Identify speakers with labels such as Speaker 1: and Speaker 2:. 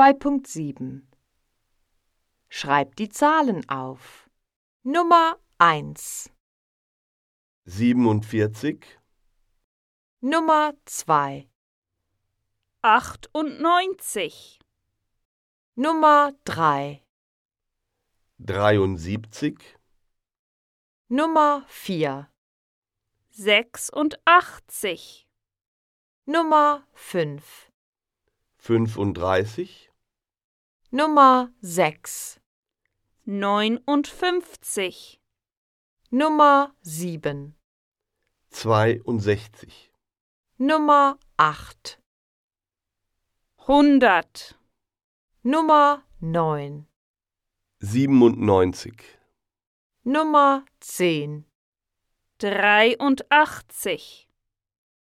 Speaker 1: 2.7 Schreib die Zahlen auf. Nummer 1,
Speaker 2: 47,
Speaker 1: Nummer 2,
Speaker 3: 98,
Speaker 1: Nummer 3,
Speaker 2: 73,
Speaker 1: Nummer 4,
Speaker 3: 86,
Speaker 1: Nummer 5,
Speaker 2: 35,
Speaker 1: Nummer 6,
Speaker 3: 59,
Speaker 1: Nummer 7,
Speaker 2: 62,
Speaker 1: Nummer 8,
Speaker 3: 100,
Speaker 1: Nummer 9,
Speaker 2: 97,
Speaker 1: Nummer 10.
Speaker 3: 83.